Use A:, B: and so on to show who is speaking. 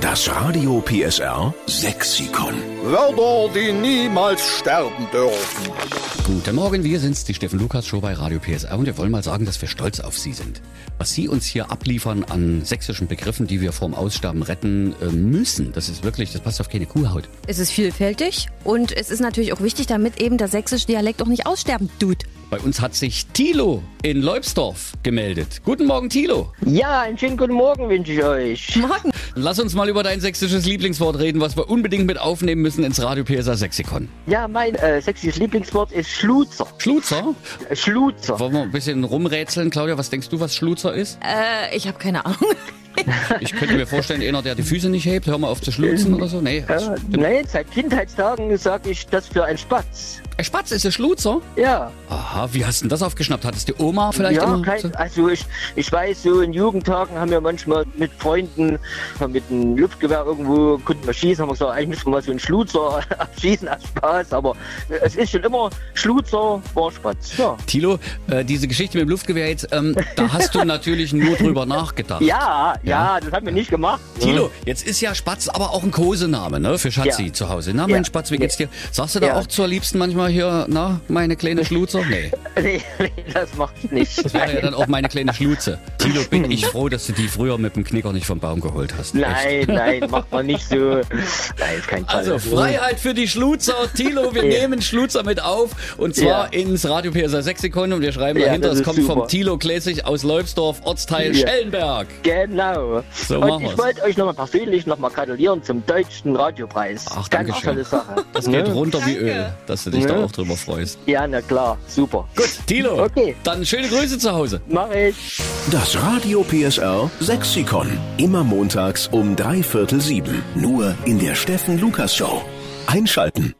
A: Das Radio PSR Sexikon.
B: Wörter, die niemals sterben dürfen.
C: Guten Morgen, wir sind's, die Steffen Lukas Show bei Radio PSR und wir wollen mal sagen, dass wir stolz auf Sie sind. Was Sie uns hier abliefern an sächsischen Begriffen, die wir vorm Aussterben retten äh, müssen, das ist wirklich, das passt auf keine Kuhhaut.
D: Es ist vielfältig und es ist natürlich auch wichtig, damit eben der sächsische Dialekt auch nicht aussterben tut.
C: Bei uns hat sich Thilo in Leubsdorf gemeldet. Guten Morgen, Thilo.
E: Ja, einen schönen guten Morgen wünsche ich euch.
D: Morgen.
C: Lass uns mal über dein sächsisches Lieblingswort reden, was wir unbedingt mit aufnehmen müssen ins Radio PSR Sexikon.
E: Ja, mein äh, sächsisches Lieblingswort ist Schluzer.
C: Schluzer?
E: Äh, Schluzer.
C: Wollen wir ein bisschen rumrätseln? Claudia, was denkst du, was Schluzer ist?
D: Äh, ich habe keine Ahnung.
C: Ich könnte mir vorstellen, einer, der die Füße nicht hebt, hör mal auf zu schlutzen oder so. Nee,
E: Äh, nein, seit Kindheitstagen sage ich das für einen Spatz.
C: Ein Spatz ist ein Schluzer?
E: Ja,
C: Aha, wie hast du denn das aufgeschnappt? Hattest du Oma vielleicht
E: ja,
C: immer? so?
E: kein, also ich, ich weiß, so in Jugendtagen haben wir manchmal mit Freunden haben mit einem Luftgewehr irgendwo konnten wir schießen, haben wir gesagt, eigentlich müssen wir mal so einen Schluzer abschießen als Spaß, aber äh, es ist schon immer Schluzer war Spatz. Ja.
C: Tilo, äh, diese Geschichte mit dem Luftgewehr jetzt, ähm, da hast du natürlich nur drüber nachgedacht.
E: Ja,
C: Ja.
E: ja, das haben wir nicht gemacht. ne?
C: Tilo, jetzt ist ja Spatz aber auch ein Kosename, ne, für Schatzi
E: Ja.
C: zu Hause. Na, mein
E: Ja.
C: Spatz, wie geht's dir? Sagst du da
E: Ja.
C: auch zur Liebsten manchmal hier, na, meine kleine Schluzer? Nee,
E: Nee, nee, das macht ich nicht.
C: das wäre ja dann auch meine kleine Schluze. Tilo, bin ich froh, dass du die früher mit dem Knicker nicht vom Baum geholt hast. Echt.
E: Hm. Nein, nein, macht man nicht so. Nein, auf keinen Fall.
C: Also Freiheit für die Schluzer. Tilo, wir
E: Ja.
C: nehmen Schluzer mit auf. Und zwar
E: Ja.
C: ins Radio PSA 6 Sekunden. Und wir schreiben
E: Ja,
C: dahinter, es
E: das ist
C: kommt vom
E: super.
C: Tilo Klessig aus Leubsdorf, Ortsteil
E: Ja.
C: Schellenberg.
E: Genau.
C: So machen
E: Und
C: wir's.
E: ich wollte euch nochmal persönlich nochmal gratulieren zum deutschen Radiopreis.
C: Ach,
E: Ganz
C: Dankeschön.
E: tolle Sache.
C: Das geht
E: Ne?
C: runter wie Öl, dass du dich da
E: Ja.
C: auch drüber freust.
E: Ja, na klar, super.
C: Gut, Tilo,
E: Okay.
C: dann schöne Grüße zu Hause.
E: Mach ich.
A: Das Radio PSR Sexikon. Immer montags um drei Viertel sieben. Nur in der Steffen Lukas Show. Einschalten.